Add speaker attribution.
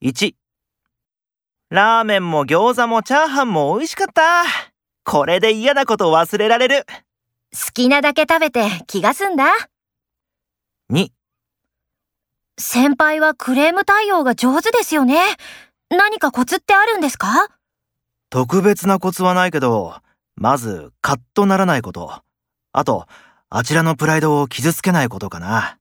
Speaker 1: 1ラーメンも餃子もチャーハンも美味しかったこれで嫌なこと忘れられる
Speaker 2: 好きなだけ食べて気が済んだ。
Speaker 1: 2
Speaker 2: 先輩はクレーム対応が上手ですよね。何かコツってあるんですか
Speaker 1: 特別なコツはないけどまずカッとならないことあとあちらのプライドを傷つけないことかな